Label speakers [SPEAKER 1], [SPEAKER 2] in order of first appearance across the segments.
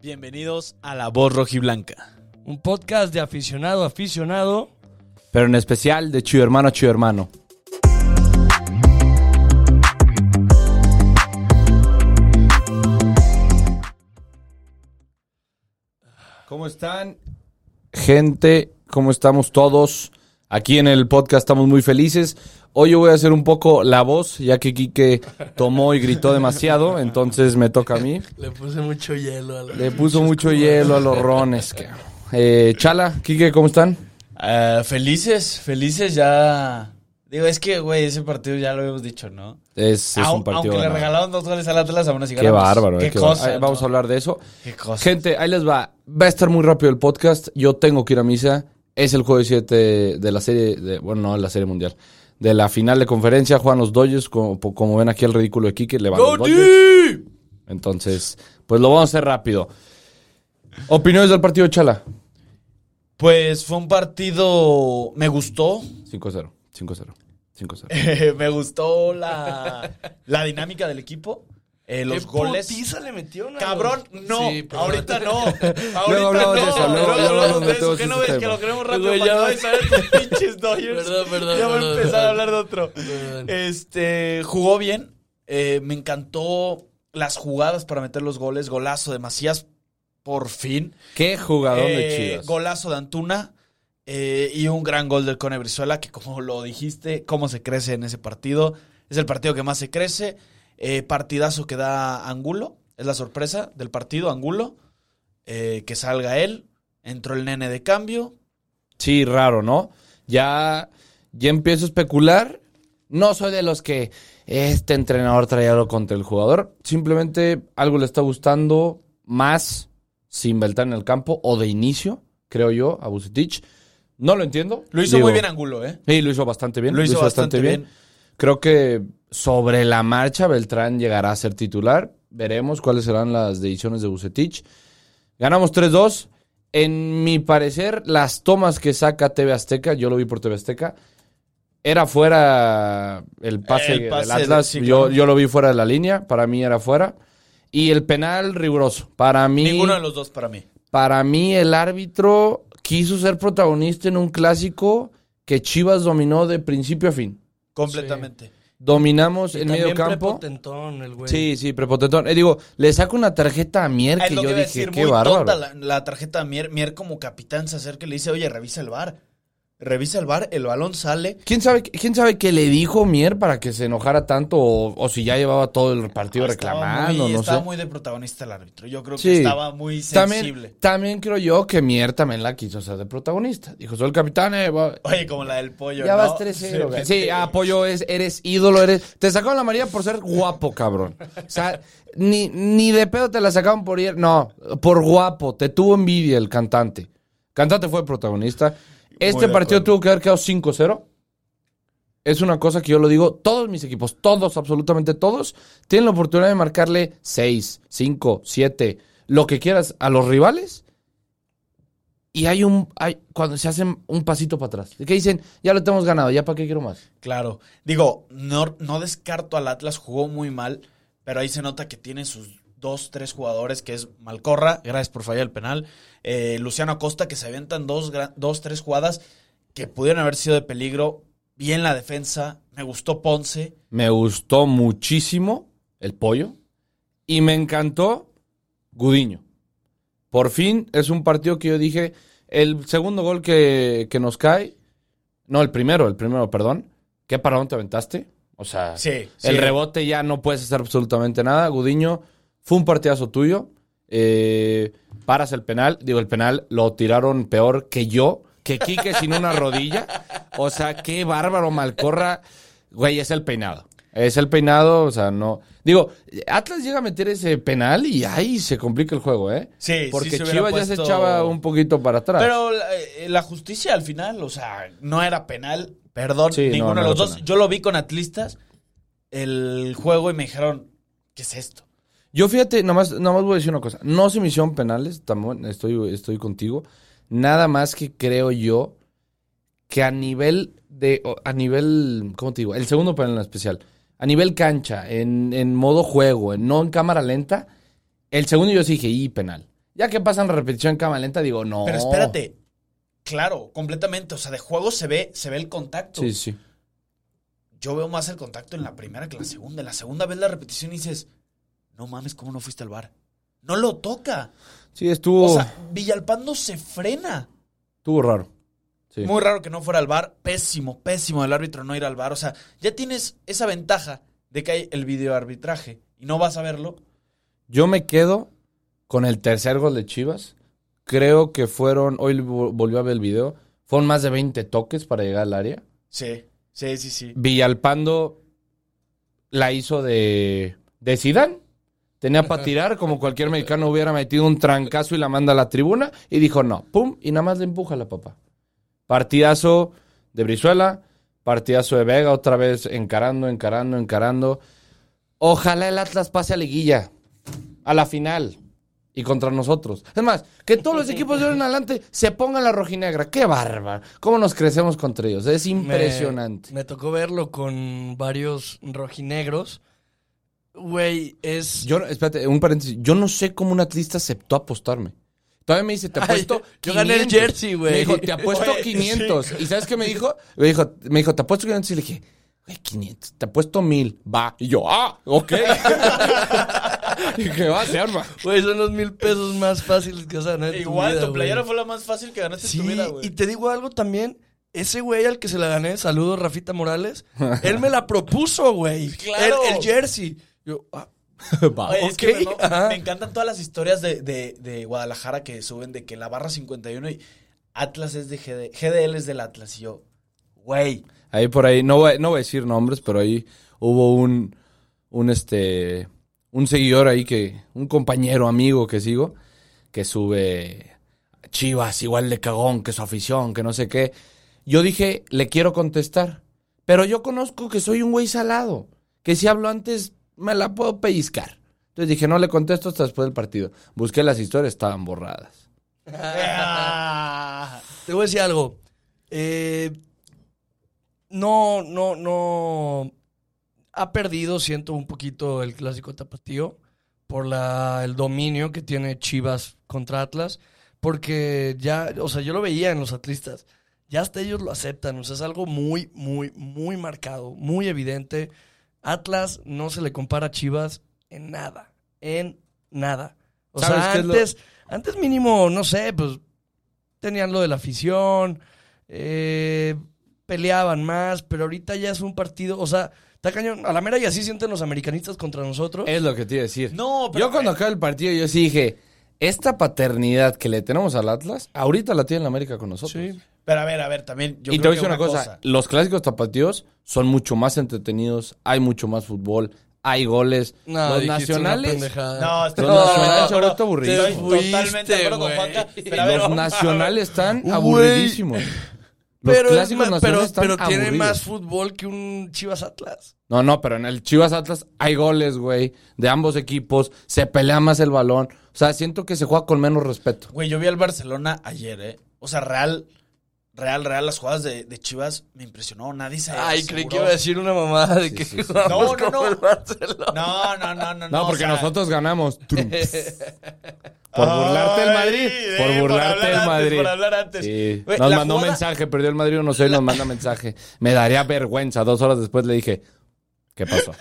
[SPEAKER 1] Bienvenidos a La Voz Rojiblanca.
[SPEAKER 2] Un podcast de aficionado a aficionado.
[SPEAKER 3] Pero en especial de Chido Hermano a Chido Hermano. ¿Cómo están? Gente, ¿cómo estamos todos? Aquí en el podcast estamos muy felices. Hoy yo voy a hacer un poco la voz, ya que Quique tomó y gritó demasiado, entonces me toca a mí.
[SPEAKER 2] Le puse mucho hielo a la...
[SPEAKER 3] Le puso mucho hielo a los rones. que- Eh, Chala, Quique, ¿cómo están?
[SPEAKER 1] Ah, felices, felices ya. Digo, es que, güey, ese partido ya lo habíamos dicho, ¿no?
[SPEAKER 3] Es, es
[SPEAKER 1] Au-
[SPEAKER 3] un partido.
[SPEAKER 1] Aunque le
[SPEAKER 3] ganado.
[SPEAKER 1] regalaron dos goles al Atlas, aún así
[SPEAKER 3] Qué
[SPEAKER 1] ganamos.
[SPEAKER 3] bárbaro. eh,
[SPEAKER 1] Qué
[SPEAKER 3] qué
[SPEAKER 1] cosa.
[SPEAKER 3] bárbaro. Ahí Vamos a
[SPEAKER 1] ¿no?
[SPEAKER 3] hablar de eso.
[SPEAKER 1] Qué cosa.
[SPEAKER 3] Gente, ahí les va. Va a estar muy rápido el podcast. Yo tengo que ir a misa. Es el jueves 7 de la serie, de, bueno, no, de la serie mundial. De la final de conferencia, juegan los Dodgers. Como, po- como ven aquí el ridículo de Kike, le van los Dodgers. Entonces, pues lo vamos a hacer rápido. Opiniones del partido, Chala.
[SPEAKER 1] Pues fue un partido. Me gustó.
[SPEAKER 3] 5-0, 5-0, 5-0.
[SPEAKER 1] Eh, me gustó la, la dinámica del equipo. eh, los goles.
[SPEAKER 2] putiza le metieron a
[SPEAKER 1] Cabrón, no,
[SPEAKER 2] Sí, pero-
[SPEAKER 1] ahorita no. Ahorita
[SPEAKER 3] Luego hablamos de
[SPEAKER 1] no.
[SPEAKER 3] eso, luego-
[SPEAKER 1] Luego
[SPEAKER 3] luego
[SPEAKER 1] hablamos de
[SPEAKER 3] metemos
[SPEAKER 1] eso. ¿Qué
[SPEAKER 3] ese
[SPEAKER 1] no ves?
[SPEAKER 3] tema.
[SPEAKER 1] Que lo queremos rápido
[SPEAKER 2] Luego
[SPEAKER 1] para
[SPEAKER 2] ya-
[SPEAKER 1] que no vayas a ver tus pinches Dodgers.
[SPEAKER 2] Perdón, perdón,
[SPEAKER 1] Ya voy a
[SPEAKER 2] perdón,
[SPEAKER 1] empezar a
[SPEAKER 2] perdón.
[SPEAKER 1] hablar de otro.
[SPEAKER 2] Perdón.
[SPEAKER 1] Este, jugó bien. eh, me encantó las jugadas para meter los goles. Golazo de Macías, por fin.
[SPEAKER 3] Qué jugador de
[SPEAKER 1] Eh,
[SPEAKER 3] Chivas.
[SPEAKER 1] Golazo de Antuna eh, y un gran gol del Cone Brizuela, que como lo dijiste, cómo se crece en ese partido. Es el partido que más se crece. Eh, partidazo que da Angulo. Es la sorpresa del partido, Angulo. Eh, que salga él. Entró el nene de cambio.
[SPEAKER 3] Sí, raro, ¿no? Ya, ya empiezo a especular. No soy de los que este entrenador traía algo contra el jugador. Simplemente algo le está gustando más sin Beltrán en el campo o de inicio, creo yo, a Bucetich. No lo entiendo.
[SPEAKER 1] Lo hizo
[SPEAKER 3] Digo,
[SPEAKER 1] muy bien Angulo, ¿eh?
[SPEAKER 3] Sí, lo hizo bastante bien.
[SPEAKER 1] Lo hizo bastante bien.
[SPEAKER 3] Creo que sobre la marcha Beltrán llegará a ser titular. Veremos cuáles serán las decisiones de Bucetich. Ganamos 3-2. En mi parecer, las tomas que saca TV Azteca, yo lo vi por TV Azteca, era fuera el pase,
[SPEAKER 1] El pase
[SPEAKER 3] del
[SPEAKER 1] de-
[SPEAKER 3] Atlas.
[SPEAKER 1] sí,
[SPEAKER 3] yo,
[SPEAKER 1] claro.
[SPEAKER 3] yo lo vi fuera de la línea, para mí era fuera. Y el penal riguroso. Para mí,
[SPEAKER 1] Ninguno de los dos para mí.
[SPEAKER 3] para mí el árbitro quiso ser protagonista en un clásico que Chivas dominó de principio a fin.
[SPEAKER 1] Completamente.
[SPEAKER 3] Dominamos en
[SPEAKER 2] También
[SPEAKER 3] medio campo.
[SPEAKER 2] prepotentón el güey.
[SPEAKER 3] Sí, sí, prepotentón. Eh, digo, le saco una tarjeta a Mier
[SPEAKER 1] Ah,
[SPEAKER 3] que
[SPEAKER 1] es lo
[SPEAKER 3] yo
[SPEAKER 1] que iba a
[SPEAKER 3] dije,
[SPEAKER 1] decir,
[SPEAKER 3] qué
[SPEAKER 1] muy
[SPEAKER 3] bárbaro.
[SPEAKER 1] tonta la, la tarjeta Mier, Mier como capitán se acerca y le dice, oye, revisa el bar. Revisa el bar, el balón sale.
[SPEAKER 3] ¿Quién sabe, ¿Quién sabe qué le dijo Mier para que se enojara tanto o, o si ya llevaba todo el partido reclamando?
[SPEAKER 1] Ah, Estaba muy,
[SPEAKER 3] no
[SPEAKER 1] estaba
[SPEAKER 3] sé.
[SPEAKER 1] muy de protagonista el árbitro. Yo creo que
[SPEAKER 3] Sí.
[SPEAKER 1] estaba muy sensible.
[SPEAKER 3] También, también creo yo que Mier también la quiso hacer de protagonista. Dijo, soy el capitán, eh, va-
[SPEAKER 1] Oye, como la del pollo.
[SPEAKER 3] Ya
[SPEAKER 1] ¿no?
[SPEAKER 3] vas 3-0, güey. Sí, apoyo, es, eres ídolo, eres... Te sacaron la María por ser guapo, cabrón. O sea, ni, ni de pedo te la sacaron por ir... No, por guapo. Te tuvo envidia el cantante. Cantante fue protagonista. Este
[SPEAKER 1] de
[SPEAKER 3] partido
[SPEAKER 1] acuerdo.
[SPEAKER 3] tuvo que haber quedado 5-0. Es una cosa que yo lo digo, todos mis equipos, todos, absolutamente todos, tienen la oportunidad de marcarle 6, 5, 7, lo que quieras a los rivales. Y hay un. Hay, cuando se hacen un pasito para atrás. Que dicen, ya lo tenemos ganado, ya para qué quiero más.
[SPEAKER 1] Claro. Digo, no, no descarto al Atlas, jugó muy mal, pero ahí se nota que tiene sus dos, tres jugadores, que es Malcorra, gracias por fallar el penal, eh, Luciano Acosta, que se avientan dos, gra- dos, tres jugadas que pudieron haber sido de peligro. Bien la defensa, me gustó Ponce.
[SPEAKER 3] Me gustó muchísimo el pollo. Y me encantó Gudiño. Por fin es un partido que yo dije. El segundo gol que, que nos cae. No, el primero, el primero, perdón. ¿Qué parón te aventaste? O sea,
[SPEAKER 1] Sí,
[SPEAKER 3] Ah, el
[SPEAKER 1] sí.
[SPEAKER 3] rebote ya no puedes hacer absolutamente nada. Gudiño, fue un partidazo tuyo. Eh, paras el penal. Digo, el penal lo tiraron peor que yo, que Quique sin una rodilla. O sea, qué bárbaro Malcorra. Güey, es el peinado. Es el peinado, o sea, no. Digo, Atlas llega a meter ese penal y ahí se complica el juego, ¿eh?
[SPEAKER 1] Sí, sí
[SPEAKER 3] Porque
[SPEAKER 1] se hubiera
[SPEAKER 3] Chivas ya se
[SPEAKER 1] puesto-
[SPEAKER 3] echaba un poquito para atrás.
[SPEAKER 1] Pero la, eh, la justicia al final, o sea, no era penal, perdón,
[SPEAKER 3] Sí, no,
[SPEAKER 1] ninguno
[SPEAKER 3] no
[SPEAKER 1] de los
[SPEAKER 3] era
[SPEAKER 1] dos.
[SPEAKER 3] penal.
[SPEAKER 1] Yo lo vi con atlistas el juego y me dijeron, ¿qué es esto?
[SPEAKER 3] Yo fíjate, nomás, nomás voy a decir una cosa. No se me hicieron penales, también estoy, estoy contigo. Nada más que creo yo que a nivel de. o- A nivel. ¿Cómo te digo? El segundo penal en especial. A nivel cancha, en, en modo juego, en- no en cámara lenta. El segundo yo sí dije, y penal. Ya que pasan repetición en cámara lenta, digo, no.
[SPEAKER 1] Pero espérate. Claro, completamente. O sea, de juego se ve, se ve el contacto.
[SPEAKER 3] Sí, sí.
[SPEAKER 1] Yo veo más el contacto en la primera que en la segunda. La segunda vez la repetición y dices, no mames, ¿cómo no fuiste al bar? No lo toca.
[SPEAKER 3] Sí, estuvo,
[SPEAKER 1] O sea, Villalpando se frena.
[SPEAKER 3] estuvo raro. Sí.
[SPEAKER 1] Muy raro que no fuera al bar. Pésimo, pésimo el árbitro no ir al bar. O sea, ya tienes esa ventaja de que hay el videoarbitraje y no vas a verlo.
[SPEAKER 3] Yo me quedo con el tercer gol de Chivas. Creo que fueron, hoy vol- volvió a ver el video, fueron más de 20 toques para llegar al área.
[SPEAKER 1] Sí, sí, sí, sí.
[SPEAKER 3] Villalpando la hizo de, de Zidane. Tenía para tirar, como cualquier mexicano hubiera metido un trancazo y la manda a la tribuna. Y dijo no, pum, y nada más le empuja a la papá. Partidazo de Brizuela, partidazo de Vega, otra vez encarando, encarando, encarando. Ojalá el Atlas pase a liguilla, a la final, y contra nosotros. Es más, que todos los equipos de ahora en adelante se pongan la rojinegra. ¡Qué bárbaro! ¿Cómo nos crecemos contra ellos? Es
[SPEAKER 2] Me-
[SPEAKER 3] impresionante.
[SPEAKER 2] Me, tocó verlo con varios rojinegros. Güey, es.
[SPEAKER 3] Yo, no- espérate, un paréntesis. Yo no sé cómo un atlista aceptó apostarme. Todavía me dice, te
[SPEAKER 2] Ay,
[SPEAKER 3] apuesto.
[SPEAKER 2] yo gané el
[SPEAKER 3] 500.
[SPEAKER 2] jersey, güey.
[SPEAKER 3] Me dijo, te apuesto
[SPEAKER 1] Güey,
[SPEAKER 3] 500. ¿Y sabes qué me dijo? Me dijo, me dijo, te apuesto 500. Y le dije, güey, 500. Te apuesto 1000. Va. Y yo, ah, ok. dije, va, se arma.
[SPEAKER 2] Güey, son los mil pesos más fáciles que vas a ganar. en
[SPEAKER 1] Igual,
[SPEAKER 2] vida,
[SPEAKER 1] tu playera
[SPEAKER 2] güey.
[SPEAKER 1] fue la más fácil que ganaste
[SPEAKER 2] Sí,
[SPEAKER 1] en tu vida,
[SPEAKER 2] y
[SPEAKER 1] güey.
[SPEAKER 2] te digo algo también. Ese güey al que se la gané, saludos Rafita Morales, él me la propuso, güey.
[SPEAKER 1] Claro.
[SPEAKER 2] El, el jersey. Yo, ah,
[SPEAKER 3] Va.
[SPEAKER 1] Oye, es que me,
[SPEAKER 2] ok,
[SPEAKER 1] mo-
[SPEAKER 2] ajá.
[SPEAKER 1] me encantan todas las historias de, de- de Guadalajara que suben de que la barra 51 y Atlas es de GD, GDL es del Atlas. Y yo, güey,
[SPEAKER 3] Ahí por ahí, no voy, no voy a decir nombres, pero ahí hubo un, un este, un seguidor ahí que, un compañero, amigo que sigo, que sube Chivas igual de cagón que su afición, que no sé qué. Yo dije, le quiero contestar, pero yo conozco que soy un güey salado, que si hablo antes me la puedo pellizcar. Entonces dije, no le contesto hasta después del partido. Busqué las historias, estaban borradas. Ah.
[SPEAKER 2] te voy a decir algo. Eh, no, no, no. Ha perdido, siento, un poquito el clásico tapatío por la, el dominio que tiene Chivas contra Atlas. Porque ya, o sea, yo lo veía en los atlistas. Ya hasta ellos lo aceptan. O sea, es algo muy, muy, muy marcado, muy evidente. Atlas no se le compara a Chivas en nada. En nada. O
[SPEAKER 3] ¿Sabes
[SPEAKER 2] sea,
[SPEAKER 3] qué es lo-
[SPEAKER 2] antes, antes mínimo, no sé, pues tenían lo de la afición, eh, peleaban más, pero ahorita ya es un partido, o sea, está cañón. A la mera y así sienten los americanistas contra nosotros.
[SPEAKER 3] Es lo que te iba a decir.
[SPEAKER 1] no, pero
[SPEAKER 3] Yo cuando acaba el partido, yo sí dije, esta paternidad que le tenemos al Atlas, ahorita la tiene la América con nosotros.
[SPEAKER 2] Sí.
[SPEAKER 1] Pero a ver, a ver, también. Yo
[SPEAKER 3] y te voy
[SPEAKER 1] creo
[SPEAKER 3] a decir
[SPEAKER 1] que
[SPEAKER 3] una cosa, los clásicos tapatíos son mucho más entretenidos, hay mucho más fútbol, hay goles. los
[SPEAKER 2] dijiste una
[SPEAKER 3] nacionales...
[SPEAKER 2] pendejada.
[SPEAKER 1] No, estoy
[SPEAKER 3] Los nacionales
[SPEAKER 1] no,
[SPEAKER 3] se han vuelto
[SPEAKER 1] no,
[SPEAKER 3] aburridos.
[SPEAKER 1] estoy
[SPEAKER 2] Te
[SPEAKER 1] Totalmente de acuerdo con
[SPEAKER 2] fuiste,
[SPEAKER 1] Juanca.
[SPEAKER 2] güey.
[SPEAKER 1] Pero a ver,
[SPEAKER 3] eh, los
[SPEAKER 1] vamos a ver.
[SPEAKER 3] nacionales están
[SPEAKER 2] Güey.
[SPEAKER 3] aburridísimos. Los
[SPEAKER 2] pero es
[SPEAKER 3] clásicos
[SPEAKER 2] ma- pero,
[SPEAKER 3] nacionales están
[SPEAKER 2] pero tiene
[SPEAKER 3] aburridos.
[SPEAKER 2] más fútbol que un Chivas Atlas.
[SPEAKER 3] No, no, pero en el Chivas Atlas hay goles, güey, de ambos equipos, se pelea más el balón. O sea, siento que se juega con menos respeto.
[SPEAKER 1] Güey, yo vi al Barcelona ayer, ¿eh? O sea, real, real, real. Las jugadas de, de Chivas me impresionó. Nadie se.
[SPEAKER 2] Ay, creí
[SPEAKER 1] aseguró.
[SPEAKER 2] que iba a decir una mamada de
[SPEAKER 3] Sí,
[SPEAKER 2] que
[SPEAKER 3] sí, sí.
[SPEAKER 2] jugamos
[SPEAKER 1] Eh, No, no,
[SPEAKER 2] como
[SPEAKER 1] no.
[SPEAKER 2] el Barcelona.
[SPEAKER 1] No, no, no, no.
[SPEAKER 3] No,
[SPEAKER 1] o
[SPEAKER 3] porque
[SPEAKER 1] sea,
[SPEAKER 3] nosotros ganamos. Trum, pss. Por burlarte del
[SPEAKER 1] Ay,
[SPEAKER 3] Madrid.
[SPEAKER 1] sí,
[SPEAKER 3] Por burlarte
[SPEAKER 1] hablar
[SPEAKER 3] del
[SPEAKER 1] antes,
[SPEAKER 3] Madrid.
[SPEAKER 1] Por hablar antes.
[SPEAKER 3] Sí.
[SPEAKER 1] Güey,
[SPEAKER 3] Nos
[SPEAKER 1] la
[SPEAKER 3] mandó un
[SPEAKER 1] jugada-
[SPEAKER 3] mensaje, perdió el Madrid 1-0 y nos manda mensaje. Me daría vergüenza. Dos horas después le dije, ¿qué pasó?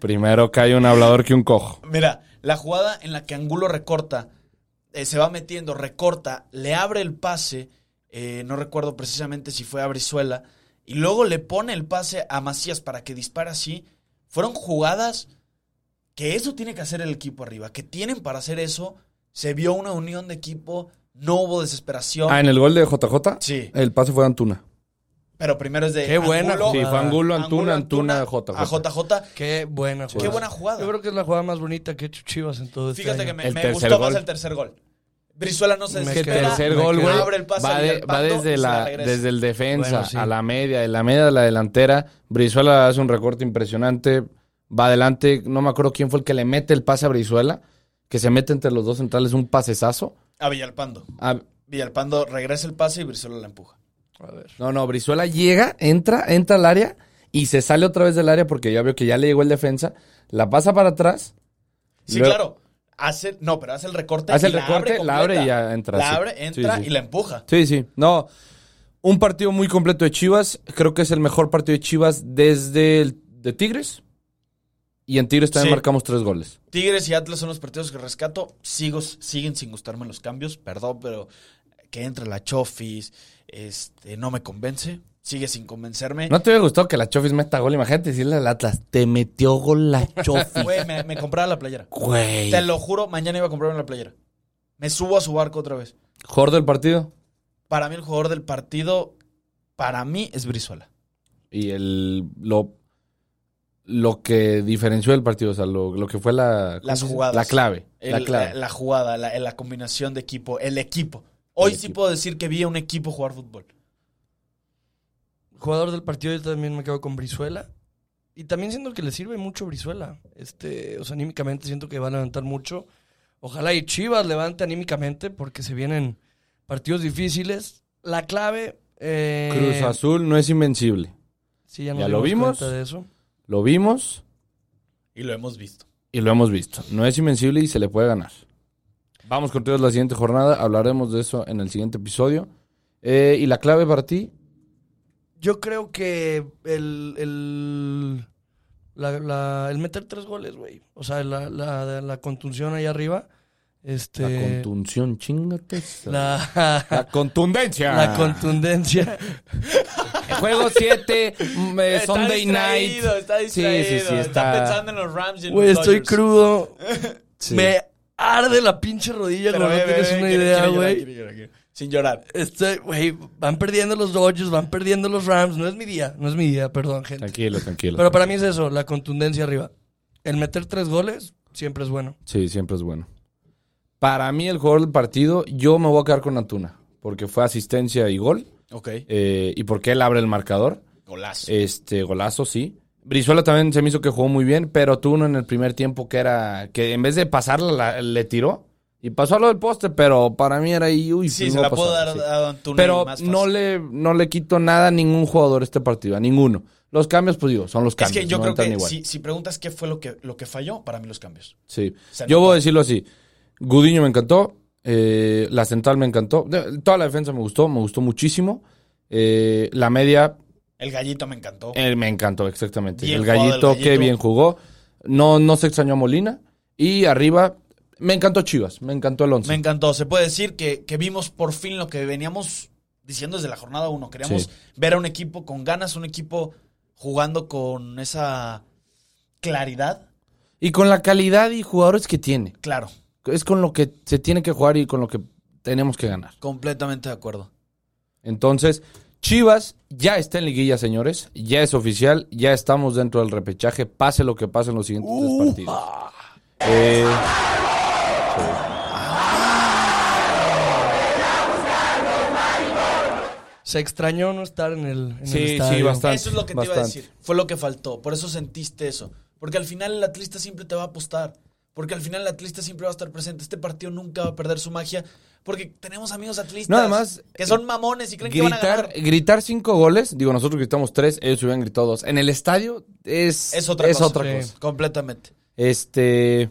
[SPEAKER 3] Primero cae un hablador que un cojo.
[SPEAKER 1] Mira, la jugada en la que Angulo recorta, eh, se va metiendo, recorta, le abre el pase, eh, no recuerdo precisamente si fue a Brizuela, y luego le pone el pase a Macías para que dispare así. Fueron jugadas que eso tiene que hacer el equipo arriba, que tienen para hacer eso. Se vio una unión de equipo, no hubo desesperación.
[SPEAKER 3] Ah, en el gol de JJ,
[SPEAKER 1] Sí,
[SPEAKER 3] el pase fue de Antuna.
[SPEAKER 1] pero primero es de.
[SPEAKER 2] Qué buena
[SPEAKER 1] Angulo,
[SPEAKER 3] Sí, fue Angulo,
[SPEAKER 1] Angulo,
[SPEAKER 3] Antuna, Antuna,
[SPEAKER 1] Antuna, a
[SPEAKER 3] JJ.
[SPEAKER 1] JJ.
[SPEAKER 2] Qué buena jugada.
[SPEAKER 1] Qué buena jugada.
[SPEAKER 2] Yo creo que es la jugada más bonita que ha hecho Chivas en todo este
[SPEAKER 1] Fíjate
[SPEAKER 2] año.
[SPEAKER 1] que me,
[SPEAKER 3] El
[SPEAKER 1] me
[SPEAKER 3] tercer
[SPEAKER 1] gustó
[SPEAKER 3] gol.
[SPEAKER 1] más el tercer gol. Brizuela no se
[SPEAKER 2] Es
[SPEAKER 3] Es
[SPEAKER 2] Me
[SPEAKER 3] que el
[SPEAKER 1] desespera.
[SPEAKER 2] queda-
[SPEAKER 3] tercer
[SPEAKER 2] me
[SPEAKER 3] gol,
[SPEAKER 2] queda-
[SPEAKER 3] güey,
[SPEAKER 1] abre el pase
[SPEAKER 3] va,
[SPEAKER 1] a
[SPEAKER 3] de-
[SPEAKER 1] Villalpando
[SPEAKER 3] va
[SPEAKER 1] y
[SPEAKER 3] desde,
[SPEAKER 1] se la
[SPEAKER 3] la,
[SPEAKER 1] regresa.
[SPEAKER 3] desde el defensa
[SPEAKER 2] Bueno, sí.
[SPEAKER 3] a la media, de la media a la delantera. Brizuela hace un recorte impresionante, va adelante, no me acuerdo quién fue el que le mete el pase a Brizuela, que se mete entre los dos centrales un pasesazo.
[SPEAKER 1] A Villalpando.
[SPEAKER 3] Ah,
[SPEAKER 1] Villalpando regresa el pase y Brizuela la empuja.
[SPEAKER 2] A ver.
[SPEAKER 3] no, no, Brizuela llega, entra, entra al área y se sale otra vez del área porque ya veo que ya le llegó el defensa, la pasa para atrás.
[SPEAKER 1] Sí,
[SPEAKER 3] Luego-
[SPEAKER 1] claro. hace, el- no, pero hace el recorte.
[SPEAKER 3] Hace
[SPEAKER 1] y
[SPEAKER 3] el recorte, la abre
[SPEAKER 1] completa.
[SPEAKER 3] y ya entra,
[SPEAKER 1] La
[SPEAKER 3] sí.
[SPEAKER 1] abre, entra
[SPEAKER 3] Sí, sí.
[SPEAKER 1] y la empuja.
[SPEAKER 3] Sí, sí. No, un partido muy completo de Chivas. Creo que es el mejor partido de Chivas desde el de Tigres. Y en Tigres también
[SPEAKER 1] Sí.
[SPEAKER 3] marcamos tres goles.
[SPEAKER 1] Tigres y Atlas son los partidos que rescato. Sigo, siguen sin gustarme los cambios, perdón, pero que entre la Chofis, este, no me convence. Sigue sin convencerme.
[SPEAKER 3] ¿No te hubiera gustado que la Chofis meta gol? Imagínate decirle al Atlas, te metió gol la Chofis.
[SPEAKER 1] Güey, me, me compraba la playera.
[SPEAKER 3] Güey.
[SPEAKER 1] Te lo juro, mañana iba a comprarme la playera. Me subo a su barco otra vez.
[SPEAKER 3] ¿Jugador del partido?
[SPEAKER 1] Para mí el jugador del partido, para mí es Brizuela.
[SPEAKER 3] Y el lo, lo que diferenció el partido, o sea, lo, lo que fue la... ¿cómo
[SPEAKER 1] Las
[SPEAKER 3] se dice?
[SPEAKER 1] jugadas.
[SPEAKER 3] La clave.
[SPEAKER 1] El-
[SPEAKER 3] la clave.
[SPEAKER 1] la jugada, la, la combinación de equipo, el equipo. Hoy
[SPEAKER 3] El
[SPEAKER 1] sí
[SPEAKER 3] equipo.
[SPEAKER 1] puedo decir que vi a un equipo jugar fútbol.
[SPEAKER 2] Jugador del partido, yo también me quedo con Brizuela. Y también siento que le sirve mucho Brizuela. Este, o sea, anímicamente siento que va a levantar mucho. Ojalá y Chivas levante anímicamente porque se vienen partidos difíciles. La clave. eh,
[SPEAKER 3] Cruz Azul no es invencible.
[SPEAKER 2] Sí, ya,
[SPEAKER 3] Ya
[SPEAKER 2] nos
[SPEAKER 3] lo
[SPEAKER 2] dimos
[SPEAKER 3] vimos.
[SPEAKER 2] cuenta de eso.
[SPEAKER 3] Lo vimos
[SPEAKER 1] Y lo hemos visto.
[SPEAKER 3] y lo hemos visto. No es invencible y se le puede ganar. Vamos con todos la siguiente jornada. Hablaremos de eso en el siguiente episodio. Eh, y la clave para ti,
[SPEAKER 2] Yo creo que el. el la- la- el meter tres goles, güey. O sea, la, la, la contunción ahí arriba. Este,
[SPEAKER 3] la contunción, chingate. esa.
[SPEAKER 2] la-
[SPEAKER 3] La contundencia.
[SPEAKER 2] la contundencia.
[SPEAKER 3] Juego 7, Eh, Sunday night.
[SPEAKER 1] distraído, Está distraído,
[SPEAKER 3] sí, sí,
[SPEAKER 1] está,
[SPEAKER 3] está-
[SPEAKER 1] pensando en los Rams y en
[SPEAKER 2] Güey,
[SPEAKER 1] los
[SPEAKER 2] estoy
[SPEAKER 1] Dodgers.
[SPEAKER 2] crudo.
[SPEAKER 3] Sí.
[SPEAKER 2] Me arde la pinche rodilla,
[SPEAKER 1] Pero
[SPEAKER 2] como
[SPEAKER 1] ve,
[SPEAKER 2] no
[SPEAKER 1] ve,
[SPEAKER 2] tienes
[SPEAKER 1] ve,
[SPEAKER 2] una
[SPEAKER 1] quiere-
[SPEAKER 2] idea,
[SPEAKER 1] quiere llorar,
[SPEAKER 2] güey.
[SPEAKER 1] quiere llorar, quiere- Sin llorar.
[SPEAKER 2] Estoy, güey, van perdiendo los Dodgers, van perdiendo los Rams. No es mi día, no es mi día, perdón, gente.
[SPEAKER 3] Tranquilo, tranquilo.
[SPEAKER 2] Pero para mí es eso, la contundencia arriba. El meter tres goles siempre es bueno.
[SPEAKER 3] Sí, siempre es bueno. Para mí, el jugador del partido, yo me voy a quedar con Antuna. Porque fue asistencia y gol.
[SPEAKER 1] Ok.
[SPEAKER 3] eh, y porque él abre el marcador.
[SPEAKER 1] Golazo.
[SPEAKER 3] Este, golazo, sí. Brizuela también se me hizo que jugó muy bien, pero tuvo uno en el primer tiempo que era. que en vez de pasarla, la- le tiró. Y pasó a lo del poste, pero para mí era ahí. Uy, pues
[SPEAKER 1] sí,
[SPEAKER 3] no
[SPEAKER 1] se la
[SPEAKER 3] pasaba,
[SPEAKER 1] puedo dar
[SPEAKER 3] sí.
[SPEAKER 1] a Antuna
[SPEAKER 3] Pero
[SPEAKER 1] más fácil.
[SPEAKER 3] no le, no le quito nada a ningún jugador este partido, a ninguno. Los cambios, pues digo, son los
[SPEAKER 1] Es
[SPEAKER 3] cambios.
[SPEAKER 1] que yo
[SPEAKER 3] no
[SPEAKER 1] creo
[SPEAKER 3] entran
[SPEAKER 1] que
[SPEAKER 3] igual.
[SPEAKER 1] si, si preguntas qué fue lo que, lo que falló, para mí los cambios.
[SPEAKER 3] Sí.
[SPEAKER 1] Se
[SPEAKER 3] Yo
[SPEAKER 1] notó.
[SPEAKER 3] voy a decirlo así. Gudiño me encantó. eh, la central me encantó. de- toda la defensa me gustó, me gustó muchísimo. eh, la media
[SPEAKER 1] El gallito me encantó.
[SPEAKER 3] eh, me encantó, exactamente.
[SPEAKER 1] Bien
[SPEAKER 3] el
[SPEAKER 1] jugado
[SPEAKER 3] gallito,
[SPEAKER 1] el
[SPEAKER 3] qué
[SPEAKER 1] Gallito.
[SPEAKER 3] bien jugó. No, no se extrañó a Molina. Y arriba, me encantó Chivas, me encantó el once.
[SPEAKER 1] Me encantó. Se puede decir que, que vimos por fin lo que veníamos diciendo desde la jornada 1. Queríamos
[SPEAKER 3] Sí.
[SPEAKER 1] ver a un equipo con ganas, un equipo jugando con esa claridad.
[SPEAKER 3] Y con la calidad y jugadores que tiene.
[SPEAKER 1] Claro,
[SPEAKER 3] Es con lo que se tiene que jugar y con lo que tenemos que ganar.
[SPEAKER 1] completamente de acuerdo.
[SPEAKER 3] Entonces, Chivas ya está en liguilla, señores. Ya es oficial, ya estamos dentro del repechaje, pase lo que pase en los siguientes tres partidos. Eh,
[SPEAKER 2] Se extrañó no estar en el, en el
[SPEAKER 3] Sí, sí,
[SPEAKER 2] estadio.
[SPEAKER 3] bastante.
[SPEAKER 1] eso es lo que te iba a
[SPEAKER 3] bastante.
[SPEAKER 1] decir. Fue lo que faltó. Por eso sentiste eso. Porque al final el atlista siempre te va a apostar. Porque al final el atlista siempre va a estar presente. Este partido nunca va a perder su magia. Porque tenemos amigos atlistas
[SPEAKER 3] No, además,
[SPEAKER 1] que son mamones y creen que van a
[SPEAKER 3] gritar,
[SPEAKER 1] ganar.
[SPEAKER 3] gritar cinco goles, digo, nosotros gritamos tres, ellos hubieran gritado dos. En el estadio es,
[SPEAKER 1] Es otra cosa.
[SPEAKER 3] otra
[SPEAKER 2] Sí.
[SPEAKER 3] cosa.
[SPEAKER 1] Completamente.
[SPEAKER 3] Este,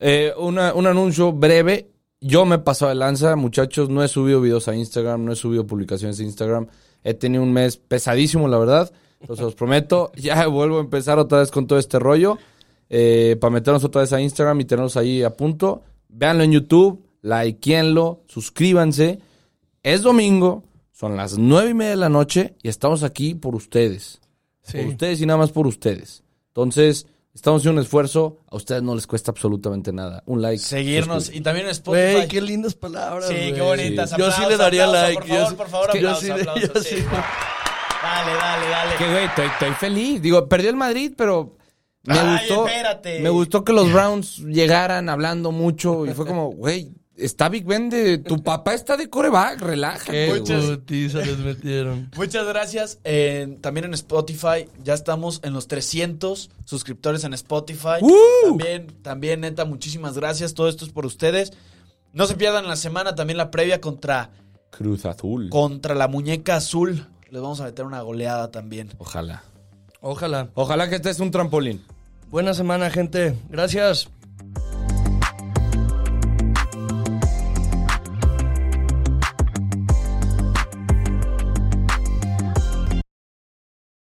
[SPEAKER 3] eh, una- un anuncio breve. Yo me he pasado de lanza, muchachos. No he subido videos a Instagram, no he subido publicaciones a Instagram. He tenido un mes pesadísimo, la verdad. Los, los prometo. Ya vuelvo a empezar otra vez con todo este rollo. eh, para meternos otra vez a Instagram y tenerlos ahí a punto. Véanlo en YouTube, likeenlo, suscríbanse. Es domingo, son las nueve y media de la noche y estamos aquí por ustedes.
[SPEAKER 2] Sí.
[SPEAKER 3] Por ustedes y nada más por ustedes. Entonces, estamos haciendo un esfuerzo. A ustedes no les cuesta absolutamente nada. Un like.
[SPEAKER 1] Seguirnos.
[SPEAKER 3] suscribirse.
[SPEAKER 1] Y también en Spotify.
[SPEAKER 2] Güey, qué lindas palabras.
[SPEAKER 1] Sí, qué
[SPEAKER 2] güey.
[SPEAKER 1] bonitas.
[SPEAKER 2] Yo sí
[SPEAKER 1] Aplausos,
[SPEAKER 2] le daría
[SPEAKER 1] aplausos,
[SPEAKER 2] like.
[SPEAKER 1] Por
[SPEAKER 2] yo
[SPEAKER 1] favor,
[SPEAKER 2] sí-
[SPEAKER 1] por favor,
[SPEAKER 2] es que yo
[SPEAKER 1] aplausos,
[SPEAKER 2] sí le-
[SPEAKER 1] aplausos,
[SPEAKER 2] yo
[SPEAKER 1] sí.
[SPEAKER 2] sí le-
[SPEAKER 1] Dale, dale, dale.
[SPEAKER 3] Que, güey, estoy, estoy feliz. Digo, perdió el Madrid, pero me
[SPEAKER 1] Ay,
[SPEAKER 3] gustó.
[SPEAKER 1] espérate.
[SPEAKER 3] Me gustó que los Browns llegaran hablando mucho. Y fue como, güey, está Big Ben de. Tu papá está de coreback, relaja.
[SPEAKER 2] Qué
[SPEAKER 3] güey.
[SPEAKER 1] Muchas-
[SPEAKER 2] putiza les metieron.
[SPEAKER 1] Muchas gracias. En- también en Spotify. Ya estamos en los 300 suscriptores en Spotify.
[SPEAKER 3] ¡Uh!
[SPEAKER 1] También, también, neta, muchísimas gracias. Todo esto es por ustedes. No se pierdan la semana también la previa contra,
[SPEAKER 3] Cruz Azul.
[SPEAKER 1] contra la muñeca azul. Les vamos a meter una goleada también.
[SPEAKER 3] Ojalá.
[SPEAKER 2] Ojalá.
[SPEAKER 3] Ojalá que este es un trampolín.
[SPEAKER 2] Buena semana, gente. Gracias.